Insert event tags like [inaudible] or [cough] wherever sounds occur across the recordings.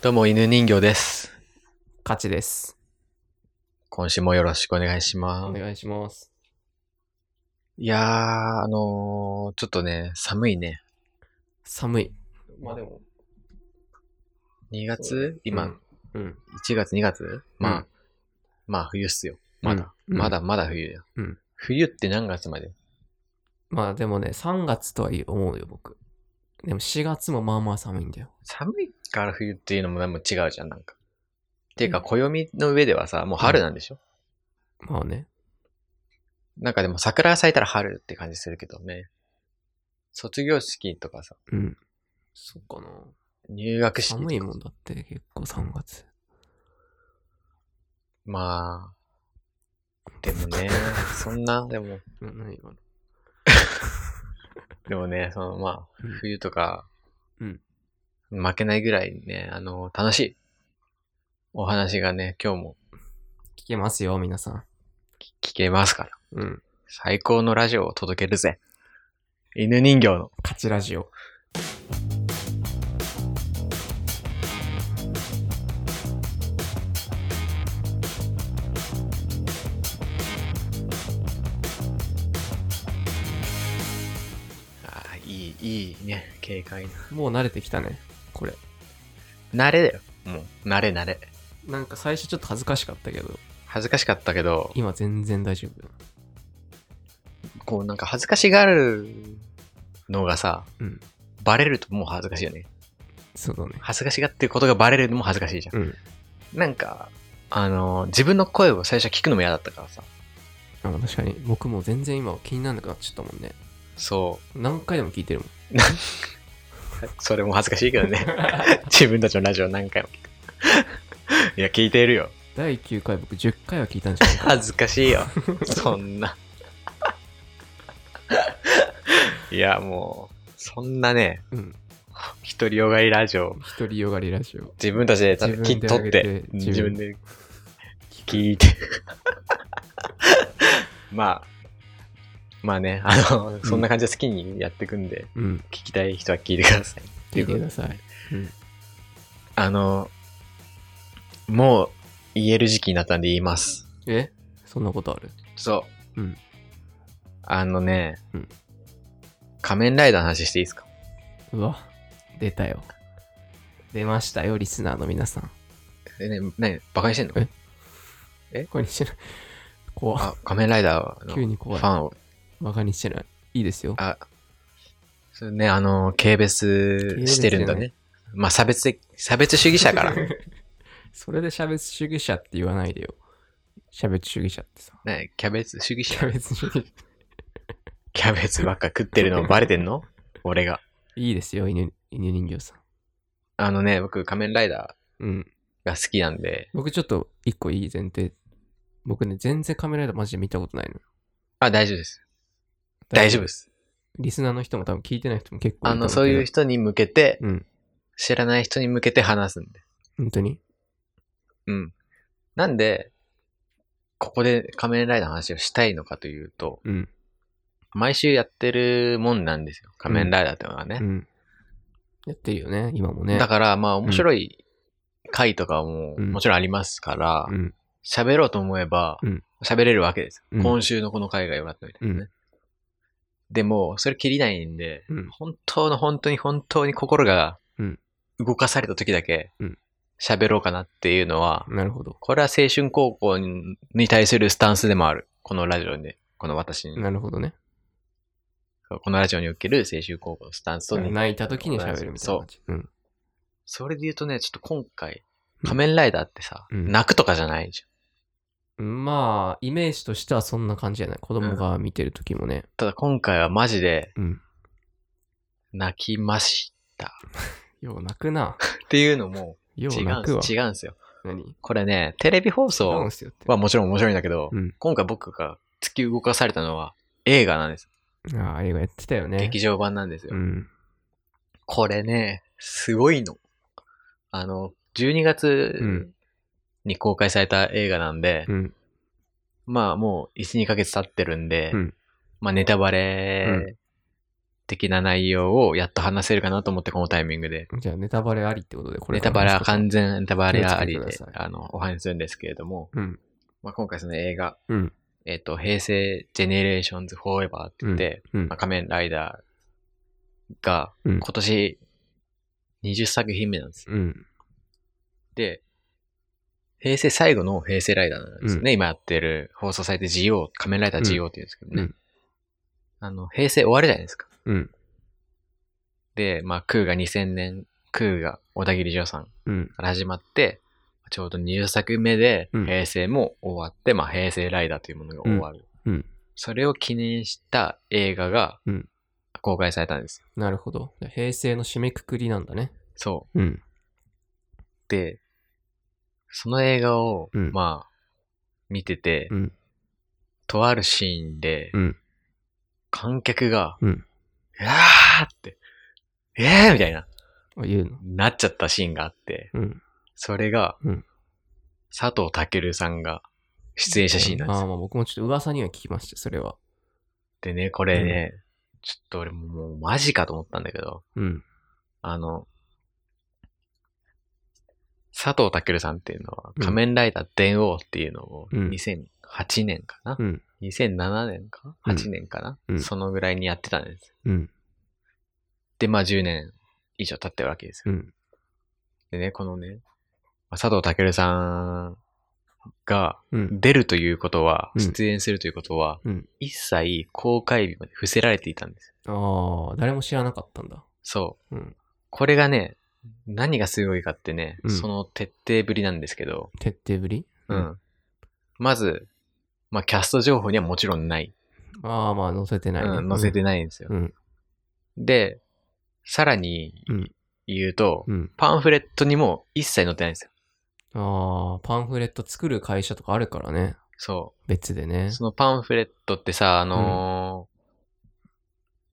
どうも、犬人形です。勝ちです。今週もよろしくお願いしおます。願いします。いやー、あのー、ちょっとね、寒いね。寒い。まあでも、 2月今、うん。うん。 1月、2月まあ、うんまあ冬っすよ。まだ、うんまだまだ冬よ、うん冬って何月までまあでもね、3月とは思うよ、僕。でも4月もまあまあ寒いんだよ。寒いから冬っていうのもなんも違うじゃん、なんか。っていうか、暦の上ではさ、もう春なんでしょ、まあね。なんかでも桜が咲いたら春って感じするけどね。卒業式とかさ、うん。そっかな。入学式とか寒いもんだって、結構3月。まあ、でも [laughs] ね、そんな、でも、な何今のでもね、そのまあうん、冬とか、うん負けないぐらいね、あの、楽しい。お話がね、今日も聞けますよ、皆さん。聞けますから。うん。最高のラジオを届けるぜ。犬人形の。勝ちラジオ。ああ、いい、いいね、軽快もう慣れてきたね、これ。な。慣れだよ。もう、慣れ慣れ。なんか最初ちょっと恥ずかしかったけど、恥ずかしかったけど、今全然大丈夫だよ。こうなんか恥ずかしがるのがさ、うん。バレるともう恥ずかしいよね。そうだね。恥ずかしがってることがバレるのも恥ずかしいじゃん。うん。なんか、あの、自分の声を最初聞くのも嫌だったからさ。あ確かに、僕も全然今気にならなくなっちゃったもんね。そう。何回でも聞いてるもん。それも恥ずかしいけどね。 [laughs] 自分たちのラジオ何回も [laughs] 聞く。いや、聞いてるよ。第9回僕10回は聞いたんじゃないかな恥ずかしいよ。そんな。 [laughs] いや、もう、そんなね、うん独りよがりラジオ、独りよがりラジオ自分たちで自分切っで取っ上げてて、うん自自分分で聞いて。 [laughs] まあ、まあね、あの、そんな感じで好きにやってくんで、うん聞きたい人は聞いてください。聞いてくださいあの、もう言える時期になったんで言います。えそんなことあるそう。うんあのね、うん仮面ライダーの話していいですかうわ出たよ出ましたよリスナーの皆さんえ、ね、何バカにしてんのえこれにしてない怖あ、仮面ライダーの急フに怖いァンを。バカにしてないいいですよあ、それね、あの、軽蔑してるんだ軽蔑じゃなね。まあ、差別的、差別主義者 [laughs] から。 [laughs] それで差別主義者って言わないでよ差別主義者ってさね、キャベツ主義者差別主義者キャベツばっか食ってるのバレてん [laughs] の俺が。いいですよ犬犬人形さあのね、僕仮面ライダんうんーが好きなんで、僕ちょっと一個いい前提僕ね全然カメラでマジで見たことないのあ、大丈夫です。大丈夫です。リスナーの人も多分聞いてない人も結構あるとの、思そういうけ人に向けて、ど。うん。知らない人に向けて話すんで。本当にうん。なんで、ここで仮面ライダーの話をしたいのかというと、うん。毎週やってるもんなんですよ。仮面ライダーってのはね。うん。やってるよね、今もね。だから、まあ、面白い回とかも、うんもちろんありますから、うん。喋、ろうと思えばうん、喋、れるわけです。うん今週のこの回が良かったみたいなね。うでも、それ切りないんで、うん。本当の本当に本当に心がうん動かされた時だけうん、喋ろうかなっていうのは、なるほど。これは青春高校にに対するスタンスでもある。このラジオに、この私に、なるほどね。このラジオにおける青春高校のスタンスと似て泣いた時に喋るみたいな感じ。うん。それで言うとね、ちょっと今回、うん仮面ライダーってさ、うん泣くとかじゃないじゃん。まあ、イメージとしてはそんな感じじゃない。子供が見てる時もね。ただ今回はマジでうん。泣きました。よう泣くな。っていうのも、よ [laughs] 違ううん泣すくわ。違うんですよ。何これね、テレビ放違う送んすよって。はもちろん面白いんだけど、うん今回僕が突き動かされたのは映画なんです。ああ、映画やってたよね。劇場版なんですよ。うん。これね、すごいの。あの、12月うんに公開された映画なんで、うん。まあもう1、2ヶ月経ってるんで、うんまあネタバレ的な内容をやっと話せるかなと思って、このタイミングで。じゃあネタバレありってことで、これネかタバらレは話し完全ネタバレはあり気をつでけてくだ、あの、お話しするんですけれども、うんまあ、今回その映画、うんえっ、と、平成ジェネレーションズフォーエバーって言って、うんまあ、仮面ライダーがうん今年20作品目なんですよ。うん。で、平成最後の平成ライダーなんですよね。今やってる放送されて GO、仮面ライダー GO って言うんですけどね。うんあの、平成終わるじゃないですか。うん。で、まあ、空が2000年、空が小田切丈さんうん。から始まって、ちょうど20作目でうん平成も終わって、まあ平成ライダーというものが終わる。うんうんそれを記念した映画がうん公開されたんですよ。なるほど。じゃあ平成の締めくくりなんだね。そうん。う。で、その映画を、うんまあ、見てて、うん。とあるシーンで、うん観客が、うんうわーって、えーみたいな、あ、言うの。なっちゃったシーンがあって、うん。それが、うん佐藤健さんが出演したシーンなんですよああ、まあ僕もちょっと噂には聞きました、それは。でね、これね、ちょっと俺ももうマジかと思ったんだけど、うん。あの、佐藤健さんっていうのは、うん仮面ライダー伝王っていうのをうん2008年かな、うん。 ?2007 年かうん ?8 年かな、うんそのぐらいにやってたんです。うん。で、まあ10年以上経ってるわけですうよ。ん。でね、このね、まあ佐藤健さんがうん。出るということは、うん出演するということは、うん一切公開日まで伏せられていたんです。ああ、誰も知らなかったんだ。そう。うんこれがね、何がすごいかってね、うんその徹底ぶりなんですけど、徹底ぶりうん。。まず、まあ、キャスト情報にはもちろんない。ああ、まあ載せてないね。うん、載せてないんですよ。うん。で、さらにうん。言うと、うん。パンフレットにも一切載ってないんですよ。ああ、パンフレット作る会社とかあるからね。そ別でねう。。そのパンフレットってさ、あのー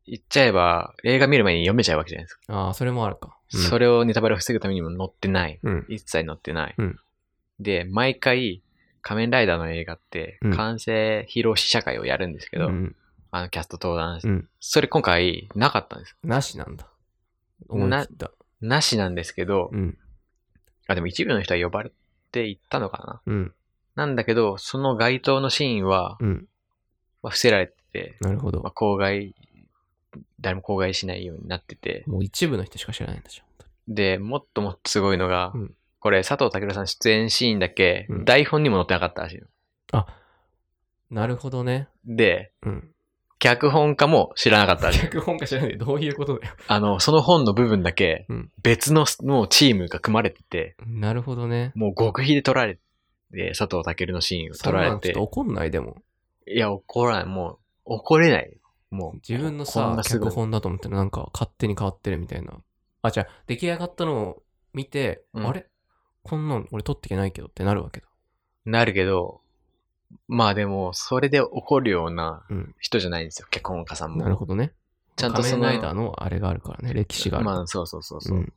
言っちゃえば、映画見る前に読めちゃうわけじゃないですか。ああ、それもあるか。うんそれをネタバレを防ぐためにも載ってない。うん。一切載ってない。うんで、毎回、仮面ライダーの映画ってう、ん完成披露試写会をやるんですけど、うん。あの、キャスト登壇して、うんそれ今回、なかったんです。なしなんだ。思い切った。なしなんですけど、うん。あ、でも一部の人は呼ばれて行ったのかうん。な。なんだけど、その街頭のシーンは、うん。まあ、伏せられてて、なるほどまあ、。公害、誰も公害しないようになってて、もう一部の人しか知らないんでしょ。で、もっともっとすごいのが、うんこれ、佐藤健さん出演シーンだけう、ん台本にも載ってなかったらしいの。あ、なるほどね。で、 [laughs] うん。脚本家も知らなかったらしい。脚本家知らないでどういうことだよ。あの、その本の部分だけうん、別の、もうチームが組まれてて、なるほどね。もう極秘で撮られて、佐藤健のシーンを撮そんらなれんちょってと、怒んないでも。いや、怒らない、もう、怒れない。もう、自分のこんさな、すぐ脚本だと思ってなんか勝手に変わってるみたいな。あ、じゃあ出来上がったのを見て、うんあれこんなん俺撮ってけないけどってなるわけだ。なるけど、まあでも、それで怒るようなうん。人じゃないんですよ、脚本家さんも。なるほどね。ちゃんと仮そ面の、ライダーのあれがあるからね、歴史がある。まあ、そうそうそうそうう、ん。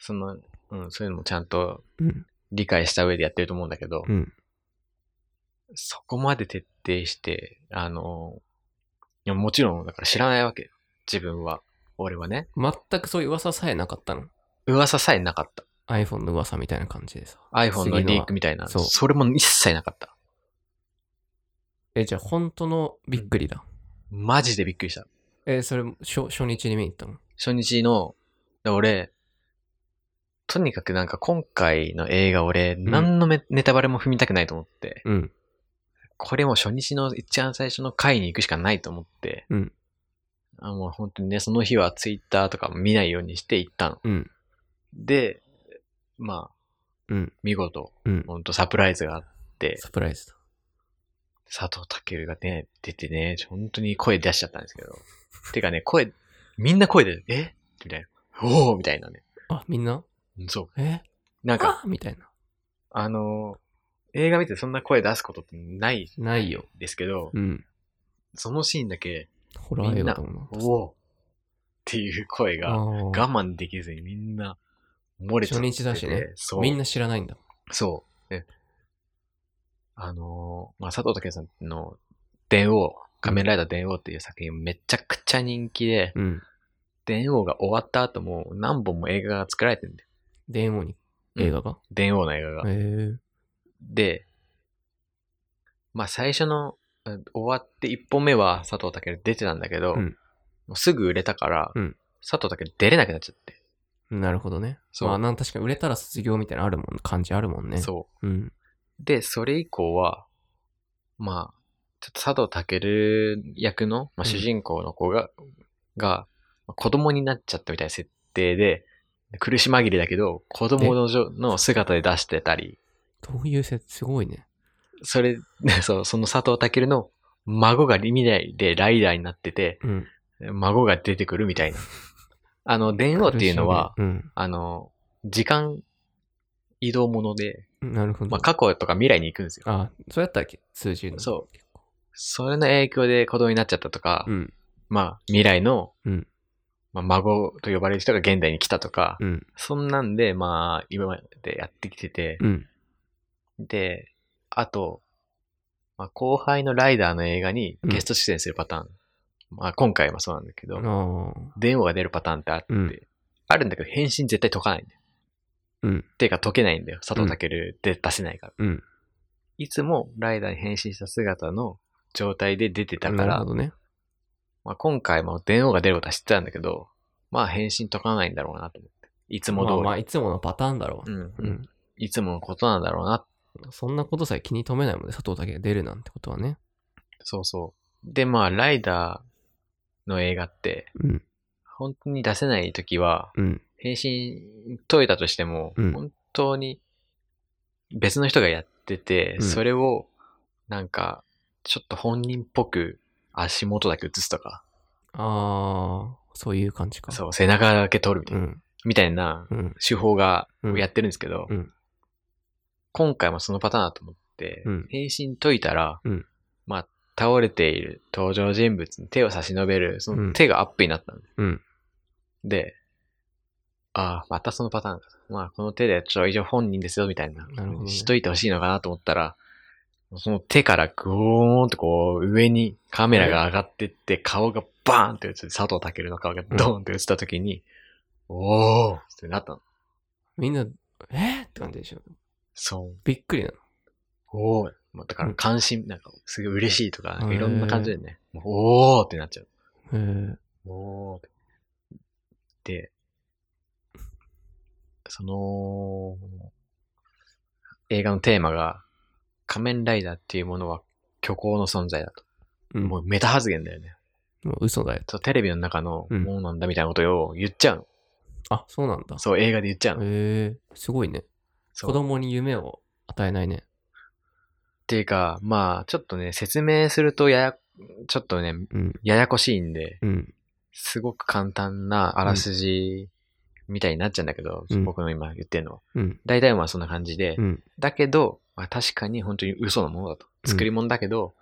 その、うん、そういうのもちゃんとうん。理解した上でやってると思うんだけど、うん。そこまで徹底して、あの、いやもちろん、だから知らないわけよ。自分は。俺はね。全くそういう噂さえなかったの。噂さえなかった。 iPhone の噂みたいな感じでさ。 iPhone の次のはリークみたいな。そそうれも一切なかった。え、じゃあ本当のびっくりだ。マジでびっくりした。え、それ初、初日に見に行ったの初日の、俺、とにかくなんか今回の映画俺、何のめネタバレも踏みたくないと思って、うん。これもう初日の一番最初の回に行くしかないと思って、うんあもう本当にね、その日は Twitter とかも見ないようにして行ったの。うん。で、まあ、うん見事、うん。ほんとサプライズがあって、サプライズだ。佐藤健がね、出てね、本当に声出しちゃったんですけど。てかね、声、みんな声で、えみたいな。おーみたいなね。あ、みんなそえう。なんか、あみたいな。あのー映画見てそんな声出すことってないないよ。ですけど、うん。そのシーンだけ、ホラー映画だもんな。おーっていう声があー我慢できずにみんな漏れちゃってて。初日だしねそう。みんな知らないんだ。そう。えあのーまあ、佐藤健さんの電王、仮面ライダー電王っていう作品めちゃくちゃ人気で、うん。電王が終わった後も何本も映画が作られてるんだよ。電王に映画が、電王の映画が。へえで、まあ最初のあ終わって1本目は佐藤健出てたんだけど、うんもうすぐ売れたから、うん佐藤健出れなくなっちゃって。なるほどね。そうまあ、なん確かに売れたら卒業みたいなのあるもん、感じあるもんね。。そううん。う。で、それ以降は、まあ、ちょっと佐藤健役の、まあ、うん主人公の子が、が、まあ子供になっちゃったみたいな設定で、苦し紛れだけど、子供のじょの姿で出してたり、どういう説、すごいね。それ、 [laughs] そう、その佐藤健の孫が未来でライダーになってて、うん。孫が出てくるみたいな。あの、電話っていうのは、うん。あの、時間移動もので、なるほど。まあ、過去とか未来に行くんですよ。あ、そうやったっけ通じるの。。そう結構。それの影響で子供になっちゃったとか、うん。まあ、未来の、うんまあ、孫と呼ばれる人が現代に来たとか、うん。そんなんで、まあ、今までやってきてて、うん。で、あと、まあ、後輩のライダーの映画にゲスト出演するパターン。まあ、今回もそうなんだけど、ああ。電話が出るパターンってあって、うんあるんだけど返信絶対解かないんだよ。うん。ていうか解けないんだよ。佐藤健で出せないから。うん。いつもライダーに変身した姿の状態で出てたかなるらほ、どね。まあ、今回も電話が出ることは知ってたんだけど、まあ返信解かないんだろうなと思って。いつもまあ、ま通あ、いつものパターンだろうり。な。うんううんん。いつものことなんだろうな。そんなことさえ気に留めないもんね、佐藤健が出るなんてことはね。そうそう。で、まあ、ライダーの映画って、うん。本当に出せない時は、うん。返信解いたとしても、うん本当に別の人がやってて、うんそれをなんかちょっと本人っぽく足元だけ映すとか、ああ、そういう感じか。そう、背中だけ撮るみたいな、ん。みたいなうん。手法がうんやってるんですけど、うん今回もそのパターンだと思って、うん変身解いたら、うんまあ、倒れている登場人物に手を差し伸べる、その手がアップになったんで、うん。で、ああ、またそのパターンか。まあ、この手でちょ、以上本人ですよ、みたいな。なるほどねしといてほしいのかなと思ったら、その手からグオーンとこう、上にカメラが上がってって、顔がバーンって映って、佐藤健の顔がドーンって映った時に、おーってなったの。みんな、えーって感じでしょ。そう。びっくりなの。おー。まあだから関心、なんか、すごい嬉しいとか、なんかいろんな感じでね、もうおーってなっちゃう。へーおーって。で、その、映画のテーマが、仮面ライダーっていうものは虚構の存在だと。うん。ももうメタ発言だよね。う嘘だよ。そう、テレビの中のうんものなんだみたいなことを言っちゃうの。あ、そうなんだ。そう、映画で言っちゃうの。へえ、すごいね。そう子供に夢を与えないね。っていうか、まあ、ちょっとね、説明するとやや、ちょっとね、うん。ややこしいんで、うん。すごく簡単なあらすじみたいになっちゃうんだけど、うん僕の今言ってるのは。うん。大体はそんな感じで、うん。だけど、まあ、確かに本当に嘘のものだと。うん作り物だけど、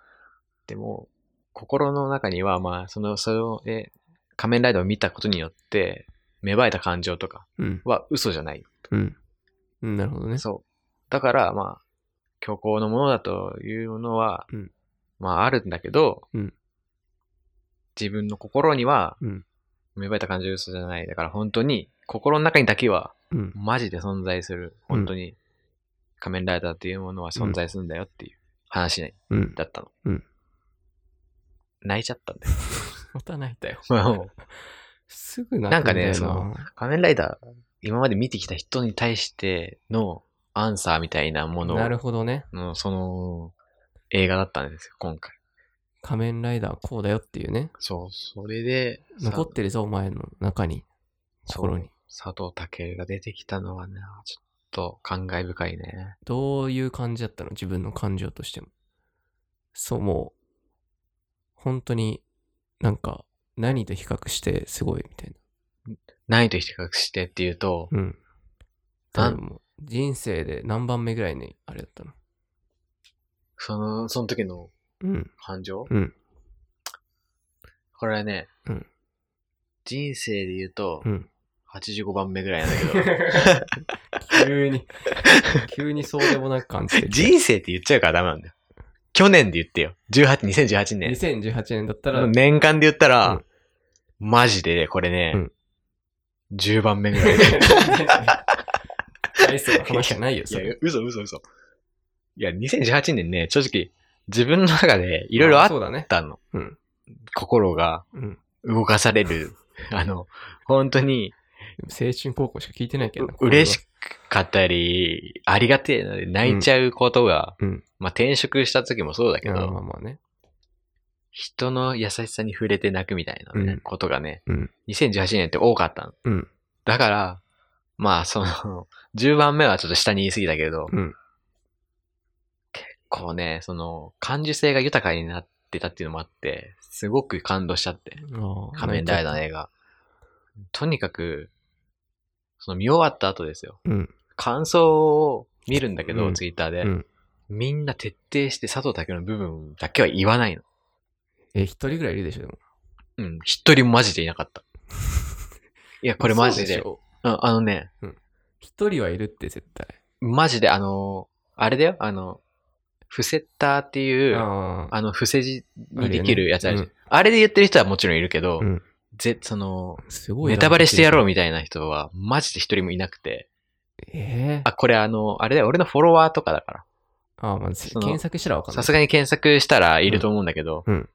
でも、心の中には、まあ、その、それで、仮面ライダーを見たことによって、芽生えた感情とかうん。は嘘じゃない。うん。うんなるほどね。そう。だから、まあ、虚構のものだというのは、うんまあ、あるんだけど、うん自分の心にはうん、芽生えた感情は嘘じゃない。だから本当に、心の中にだけは、うん。マジで存在する。うん本当に、仮面ライダーっていうものは存在するんだよっていう話ねうん。だったの。うん泣いちゃったんだよ。また泣いたよ。も [laughs] すぐ泣くなんかねだよその仮面ライダー、今まで見てきた人に対してのアンサーみたいなものなるを、ほどね。のその、映画だったんですよ、今回。仮面ライダーはこうだよっていうね。そう、それで、残ってるぞ、お前の中に。さ心に。そう佐藤健が出てきたのはね、ちょっと感慨深いね。どういう感じだったの自分の感情としても。そう、もう、本当に、なんか、何と比較してすごいみたい何と比較してっていうと、な。うん。な多分もう人生で何番目ぐらいにあれだったのその、その時のうん。感情うん。これはね、うん人生で言うとう、ん。 85番目ぐらいなんだ [laughs] けど、急に、急にそうでもなく感じてき人生って言っちゃうからダメなんだよ。去年で言ってよ。18、2018た。年。 2018年だったら、年間で言ったら、マジで、これね、うん10番目ぐらい。大層な [laughs] 話じゃないよ、いそやれ。、嘘嘘嘘。いや、2018年ね、正直、自分の中でいろいろあまあっそうだね。たの。うん。心がうん。動かされ [laughs] る。あの、本当に、青春高校しか聞いてないけどな。う嬉しく。かったり、ありがてえなで泣いちゃうことが、うんまあ、転職した時もそうだけうんど、まあまあね。人の優しさに触れて泣くみたいなね、うんことがね、うん2018年って多かったの。うん。だから、まあ、その、10番目はちょっと下に言い過ぎたけど、うんこうね、その、感受性が豊かになってたっていうのもあって、すごく感動しちゃって、ああ仮面ライダーの映画。とにかく、その見終わった後ですよ。うん。感想を見るんだけど、うんツイッターで、うん。みんな徹底して佐藤健の部分だけは言わないの。え、一人ぐらいいるでしょ、でも。うん。一人もマジでいなか [laughs] った。いや、これマジそうで。ょ。うん、あのね、一人はいるって、絶対。マジであの、あれだよ、あの、フセッターっていう、あああ。の、伏せ字あにるでよねきるやつあるじゃん。あ,、うんれで言ってる人はもちろんいるけど、うんぜ、その、すごい。ネタバレしてやろうう。みたいな人は、マジで一人もいなくて。ええ。あ、これあの、あれだよ、俺のフォロワーとかだかああ、まあ、の。検索したらわからんなさい。すがに検索したらいると思うんだけど、うん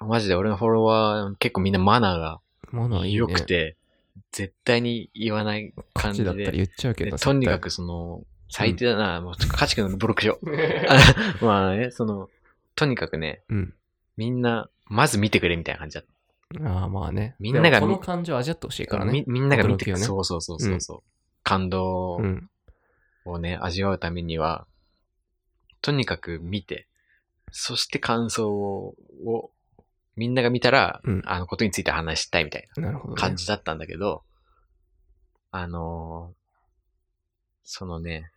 マジで俺のフォロワー、結構みんなマナーがものはいいね。良くて、絶対に言わない価感値じだったらで。言っちゃうけでど。とにかくその、最低だな、もう、カチ君のブロックし [laughs] よう。 [laughs] あまあね、その、とにかくね、うん。みんな、まず見てくれみたいな感じだっああ、まあね。みんながでもこの感情を味わってほしいかた。らみね。みんなが見て驚きくをれ、ねそうそうそうそうそう、感動うん。をね、味わうためには、とにかく見て、そして感想を、をみんなが見たら、うんあのことについて話したいみたいなるほどなね。感じだったんだけど、あのーそのね、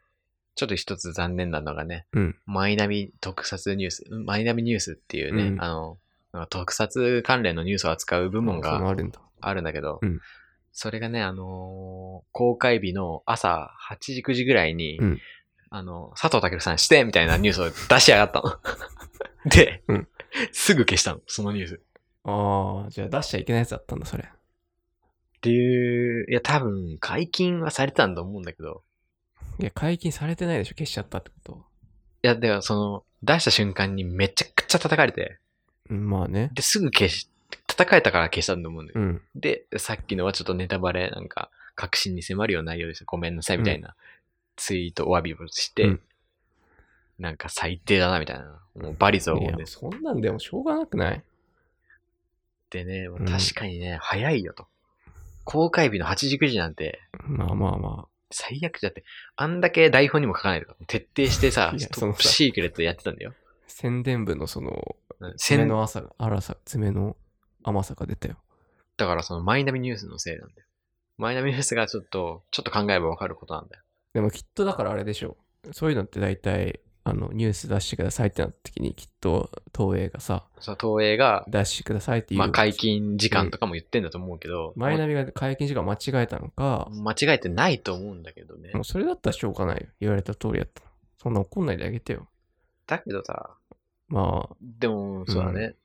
ちょっと一つ残念なのがね、うん。マイナビ特撮ニュース、んマイナビニュースっていうね、うんあの、なんか特撮関連のニュースを扱う部門そのがあるんだ。あるんだけど、うんそれがね、あのー公開日の朝8時9時ぐらいに、うんあの、佐藤健さんしてみたいなニュースを出しやがった [laughs] の。で、うんすぐ消したの、そのニュース。っああ、じゃあ出しちゃいけないやつだったんだ、それ。ていう、いや多分解禁はされたんだと思うんだけど、いや、解禁されてないでしょ、消しちゃったってことは。いや、ではその、出した瞬間にめちゃくちゃ叩かれて、うんまあね。で、すぐ消し、叩かれたから消したんだと思うんだけど、うん。で、さっきのはちょっとネタバレ、なんか、確信に迫るような内容でした。ごめんなさい、みたいな、ツイートお詫びをして、うんなんか最低だな、みたいな。もうバリ雑い言や、です。そんなんでもしょうがなくないでね、もううん確かにね、早いよと。公開日の8時9時なんて、まあまあま最悪じゃって、あんだけ台本にも書かないとか、徹底してさ、いやトそのッさプシークレットやってたんだよ。あ。宣伝部のその、うんせ爪んの浅が、粗さ、爪の甘さが出たよ。だからそのマイナビニュースのせいなんだよ。マイナビニュースがちょっと、ちょっと考えればわかることなんだよ。でもきっとだからあれでしょう。そういうのって大体、あの、ニュース出してくださいってなった時に、きっと東映がさ、その東映が、出してくださいっていう。まあ解禁時間とかも言ってんだと思うけど、マイナビが解禁時間間違えたのか、間違えてないと思うんだけどねも。うそれだったらしょうがないよ。言われた通りやったら。そんな怒んないであげてよ。だけどさ、まあ、でも、そうだね。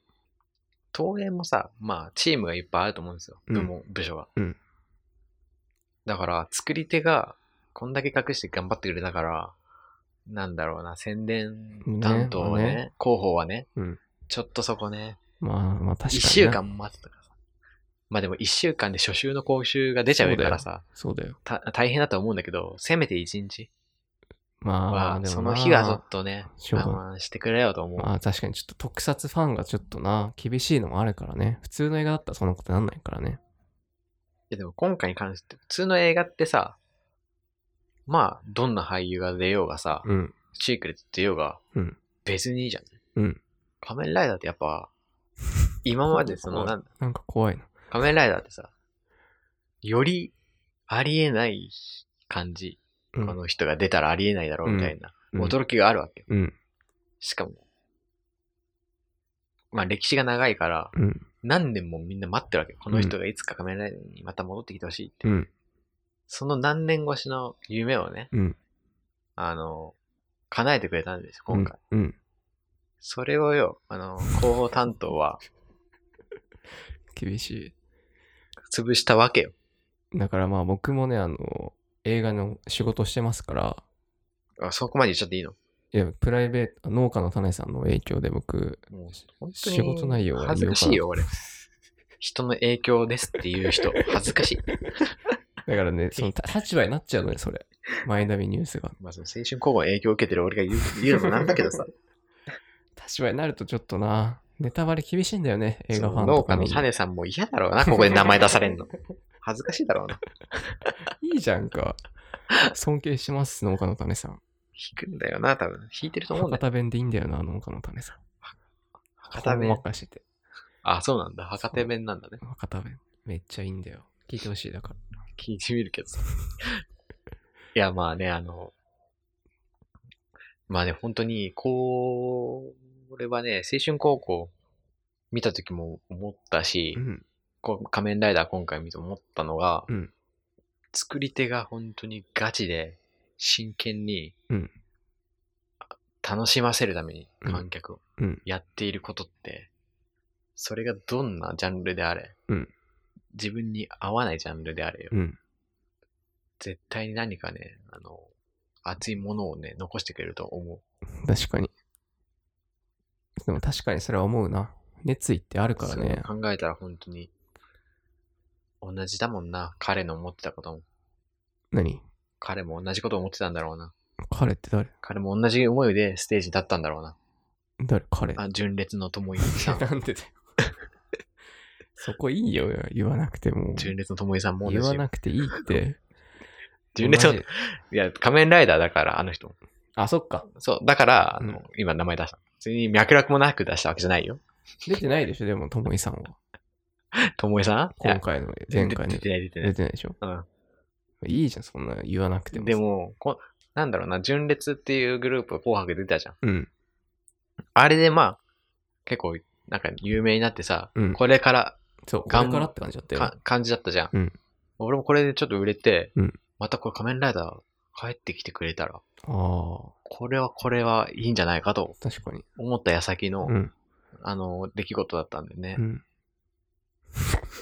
東映もさ、まあ、チームがいっぱいあると思うんですよ。うん部門、部署が。うんだから、作り手が、こんだけ隠して頑張ってくれたから、なんだろうな、宣伝担当はね、ねまあ広報はね、うんちょっとそこね、まあ、まあ確かにな。一週間待ってたからさ。まあでも一週間で初週の講習が出ちゃうからさ、そうだよ。た大変だと思うんだけど、せめて一日まあ、は、でもそなの日はちょっとね、しょうがない我慢してくれよと思う。まあ確かにちょっと特撮ファンがちょっとな、厳しいのもあるからね。普通の映画だったらそんなことなんないからね。いやでも今回に関して、普通の映画ってさ、まあ、どんな俳優が出ようがさ、うん。シークレット出ようが、うん別にいいじゃん。うん。仮面ライダーってやっぱ、 [laughs] 今までその、なんなんか怖いな。仮面ライダーってさ、よりありえない感じ、うんこの人が出たらありえないだろうみたいな、うん驚きがあるわけよ。うん。しかも、まあ歴史が長いから、うん。何年もみんな待ってるわけよ。この人がいつか仮面ライダーにまた戻ってきてほしいって。うん。その何年越しの夢をね、うん。あの、叶えてくれたんですよ、今回。うん。それをよ、あの、広報担当は、厳しい。潰したわけよ。だからまあ僕もね、あの、映画の仕事してますから、あそこまで言っちゃっていいのいや、プライベート、農家の種さんの影響で僕、もう本当に仕事内容は恥ずかしいよ、俺。人の影響ですっていう人、恥ずかしい。だからね、その立場になっちゃうのよ、それ。マイナビニュースが。まあ、その青春高校の影響を受けてる俺が言う言うのもなんだけどさ、立場になるとちょっとな、ネタバレ厳しいんだよね、 [laughs] 映そ画ファのンと農か家のに。種さんも嫌だろう [laughs] な、ここで名前出されんの。恥ずかしいだろうな。いいじゃんか。尊敬してます、農家の種さん。引くんだよな、多分。引いてると思うんだ博よ。多弁でいいんだよな、農家の種さん。博多ほん弁わ。かしてて。あ、そうなんだ。博多弁なんだね。博多弁。めっちゃいいんだよ。聞いてほしい、だから。聞いてみるけど [laughs] さ。いや、まあね、あの、まあね、本当に、こう、俺はね、青春高校見た時も思ったし、うん。こう仮面ライダー今回見て思ったのが、うん作り手が本当にガチで、真剣に、うん楽しませるためにうん観客をうんやっていることって、それがどんなジャンルであれ、うん自分に合わないジャンルであれよ、うん。絶対に何かね、あの、熱いものをね、残してくれると思う。確かに。でも確かにそれは思うな。熱意ってあるからね。そう考えたら本当に、同じだもんな。彼の思ってたことも。何彼も同じことを思ってたんだろうな。彼って誰彼も同じ思いでステージに立ったんだろうな。誰彼あ、純烈の友井さん。 [laughs] なんでだよ。 [laughs] そこいいよ、言わなくても。純烈の友井さんも同言わじ。なくていいって。純烈の、同いじや、仮面ライダーだから、あの人も。あ、そっか。そう、だから、あうの、ん今名前出した。別に脈絡もなく出したわけじゃないよ。出てないでしょ、でも、ともいさんは。友井さん今回の、前回出出。のてない出てない出。てないでしょ。うん。いいじゃん、そんな言わなくても。でも、こなんだろうな、純烈っていうグループが紅白で出たじゃん。うん。あれでまあ、結構、なんか有名になってさ、うんこれからそう、こ頑れからって感じだったよか。感じだったじゃん。うん俺もこれでちょっと売れて、うんまたこれ仮面ライダー帰ってきてくれたら、あこれはこれはいいんじゃないかとあ、確かに。思った矢先の、うん。あの、出来事だったんでね。うん。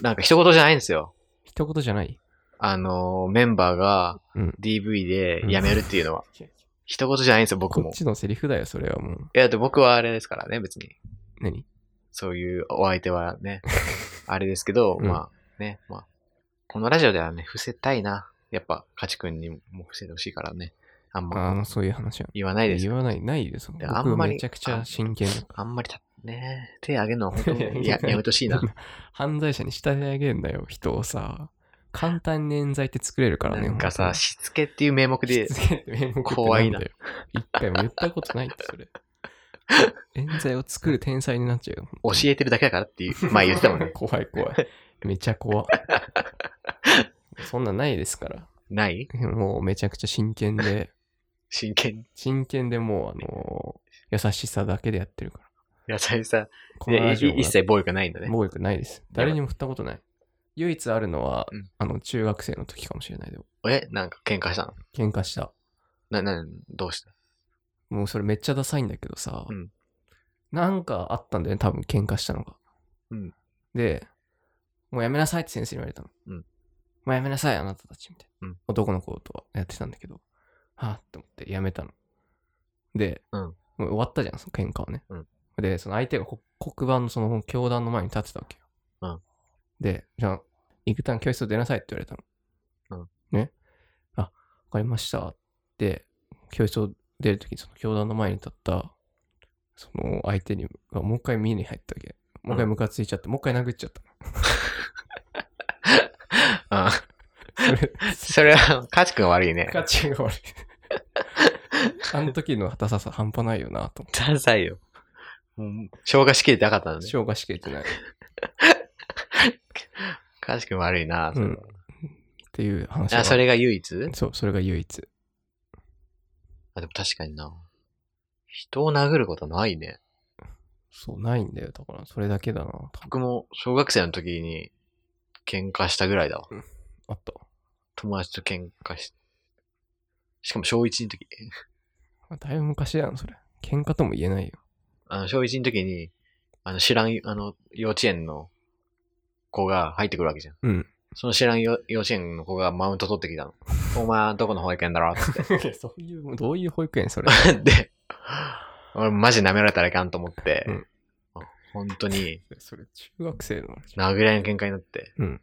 なんか一言じゃないんですよ。一言じゃない。あの、メンバーがうん DV で辞めるっていうのは、こ一言じゃないんですよ、僕も。っちのセリフだよ、それはもう。いや、だって僕はあれですからね、別に。何そういうお相手は [laughs] ね、あれですけど、うんまあね、まあ、このラジオではね、伏せたいな。やっぱ、カチ君にも伏せてほしいからね、あんまあの、そういう話は。言わないです言わない、ないよ、その。いやあんま僕りめちゃくちゃ真剣だかあんまりた、ね、手挙げるのは本当 [laughs] いやいやにいやややめてほしいな。ら犯罪者に仕立て上げんだよ、人をさ。簡単に冤罪って作れるからなね。んか本当さ、にしつけっていう名目でし、つけって名目って怖いなんだよ。一回も言ったことないって、それ。冤罪を作る天才になっちゃうよ。。教えてるだけだからって [laughs] いう、前言ってたもんね [laughs] 怖い怖い。めちゃ怖い。そんなんないですから。ないもうめちゃくちゃ真剣で、真剣、真剣でもう、あの、優しさだけでやってるから。野菜さ、こいのやラいジオ一切暴力がないんだね。暴力ないです。誰にも振ったことない。唯一あるのは、うんあの、中学生の時かもしれないで、え、なんか喧嘩したの喧嘩した。な、な、どうしたもうそれめっちゃダサいんだけどさ、うんなんかあったんだよね、多分喧嘩したのが。うんで、もうやめなさいって先生に言われたの。うんもうやめなさい、あなたたち、みたいな。うん男の子とはやってたんだけど、はぁって思ってやめたの。で、うんもう終わったじゃん、その喧嘩はね。うんで、その相手がこ黒板のその教団の前に立ってたわけよ。うんで、じゃあ、一旦教室を出なさいって言われたの。ね。あ、わかりました。で、教室を出るときにその教団の前に立ったその相手にがもう一回見に入ったわけもう一回ムカついちゃって、もう一回殴っちゃったあ [laughs] のそれそれは、カチ君が悪いね。ガチが悪 [laughs] いあの時のダサさ半端ないよなと思ダサいよ。もう、消化しきれてなかったのってね。生姜しきれてないっカチ君悪いな、それはていう話があ、それが唯一そうそれが唯一あ、でも確かにな。人を殴ることないね。そうないんだよだからそれだけだな多分僕も小学生の時に喧嘩したぐらいだわ。あった友達と喧嘩し、しかも小1の時。だいぶ昔だよそれ喧嘩とも言えないよあの、小1の時に、あの、知らん、あの、幼稚園の子が入ってくるわけじゃん。うんその知らんよ幼稚園の子がマウント取ってきたの。お前、どこの保育園だろ [laughs] つって。そう [laughs] いう、どういう保育園それ。で、俺マジ舐められたらいかんと思って、うん本当にそれ、中学生の。殴り合いの喧嘩になって。うん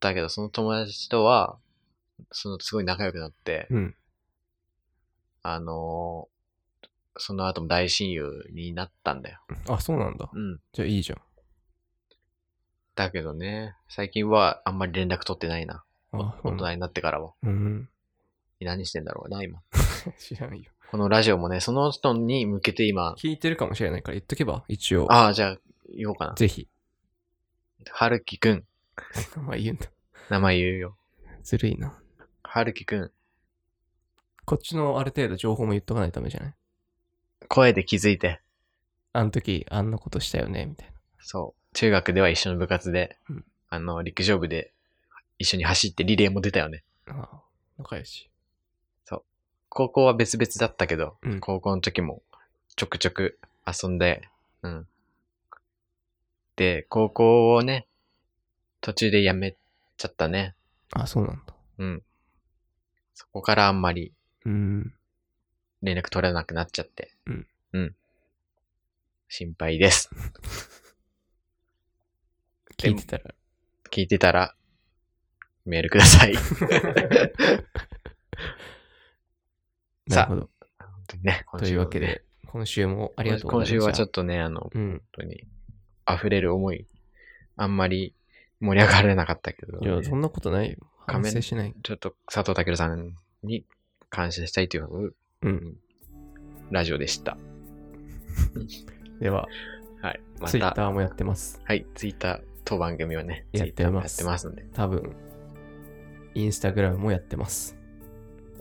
だけど、その友達とは、そのすごい仲良くなって、うん。あのーその後も大親友になったんだよ。あ、そうなんだ。うん。じゃあいいじゃん。だけどね、最近はあんまり連絡取ってないな。あ、そ大うなんだ。人になってからは。うん。 [laughs] 何してんだろうな、今。知らんよ。このラジオもね、その人に向けて今、聞いてるかもしれないから言っとけば、一応。ああ、じゃあ、言おうかな。ぜひ。 [laughs] はるきくん。名前言うんだ。名前言うよ。ずるいな。はるきくん。こっちのある程度情報も言っとかないとダメじゃない声で気づいて。あの時、あんなことしたよね、みたいな。そう。中学では一緒の部活で、うんあの、陸上部で一緒に走ってリレーも出たよね。ああ、仲良し。高校は別々だったけど、うん高校の時もちょくちょく遊んで、うん。で、高校をね、途中で辞めちゃったね。あ、そうなんだ。うん。そこからあんまりうん。連絡取れなくなっちゃって。うん。うん。心配です。聞いてたら。聞いてたら、メールくだ [laughs] さい。 [laughs] なるほど。本当にね、今というわけで、今週もあありがとうござい今ました。週はちょっと。とね、あの、うん。本当に溢れる思い、あんまり盛り上がれなかったけど、いや、そんなことないよ。仮反面省しない。ちょっと佐藤健さんに感謝したいといううん。ラジオでした。では、はい。まツイッた、ターもやってます。はい、ツイッター当番組をね、やってますツイッターもやってますんで、多分、インスタグラムもやってます。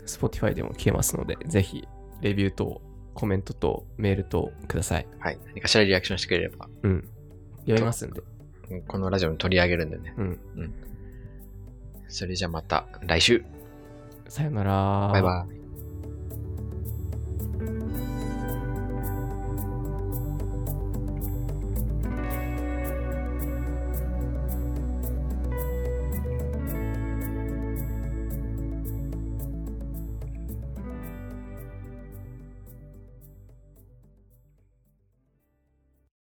Spotify でも消えますので、ぜひ、レビューと、コメントと、メールと、ください。はい。何かしらリアクションしてくれれば、うん。読みますんで。うんこのラジオに取り上げるんでね。うん。それじゃあまた来週さよなら。バイバイ。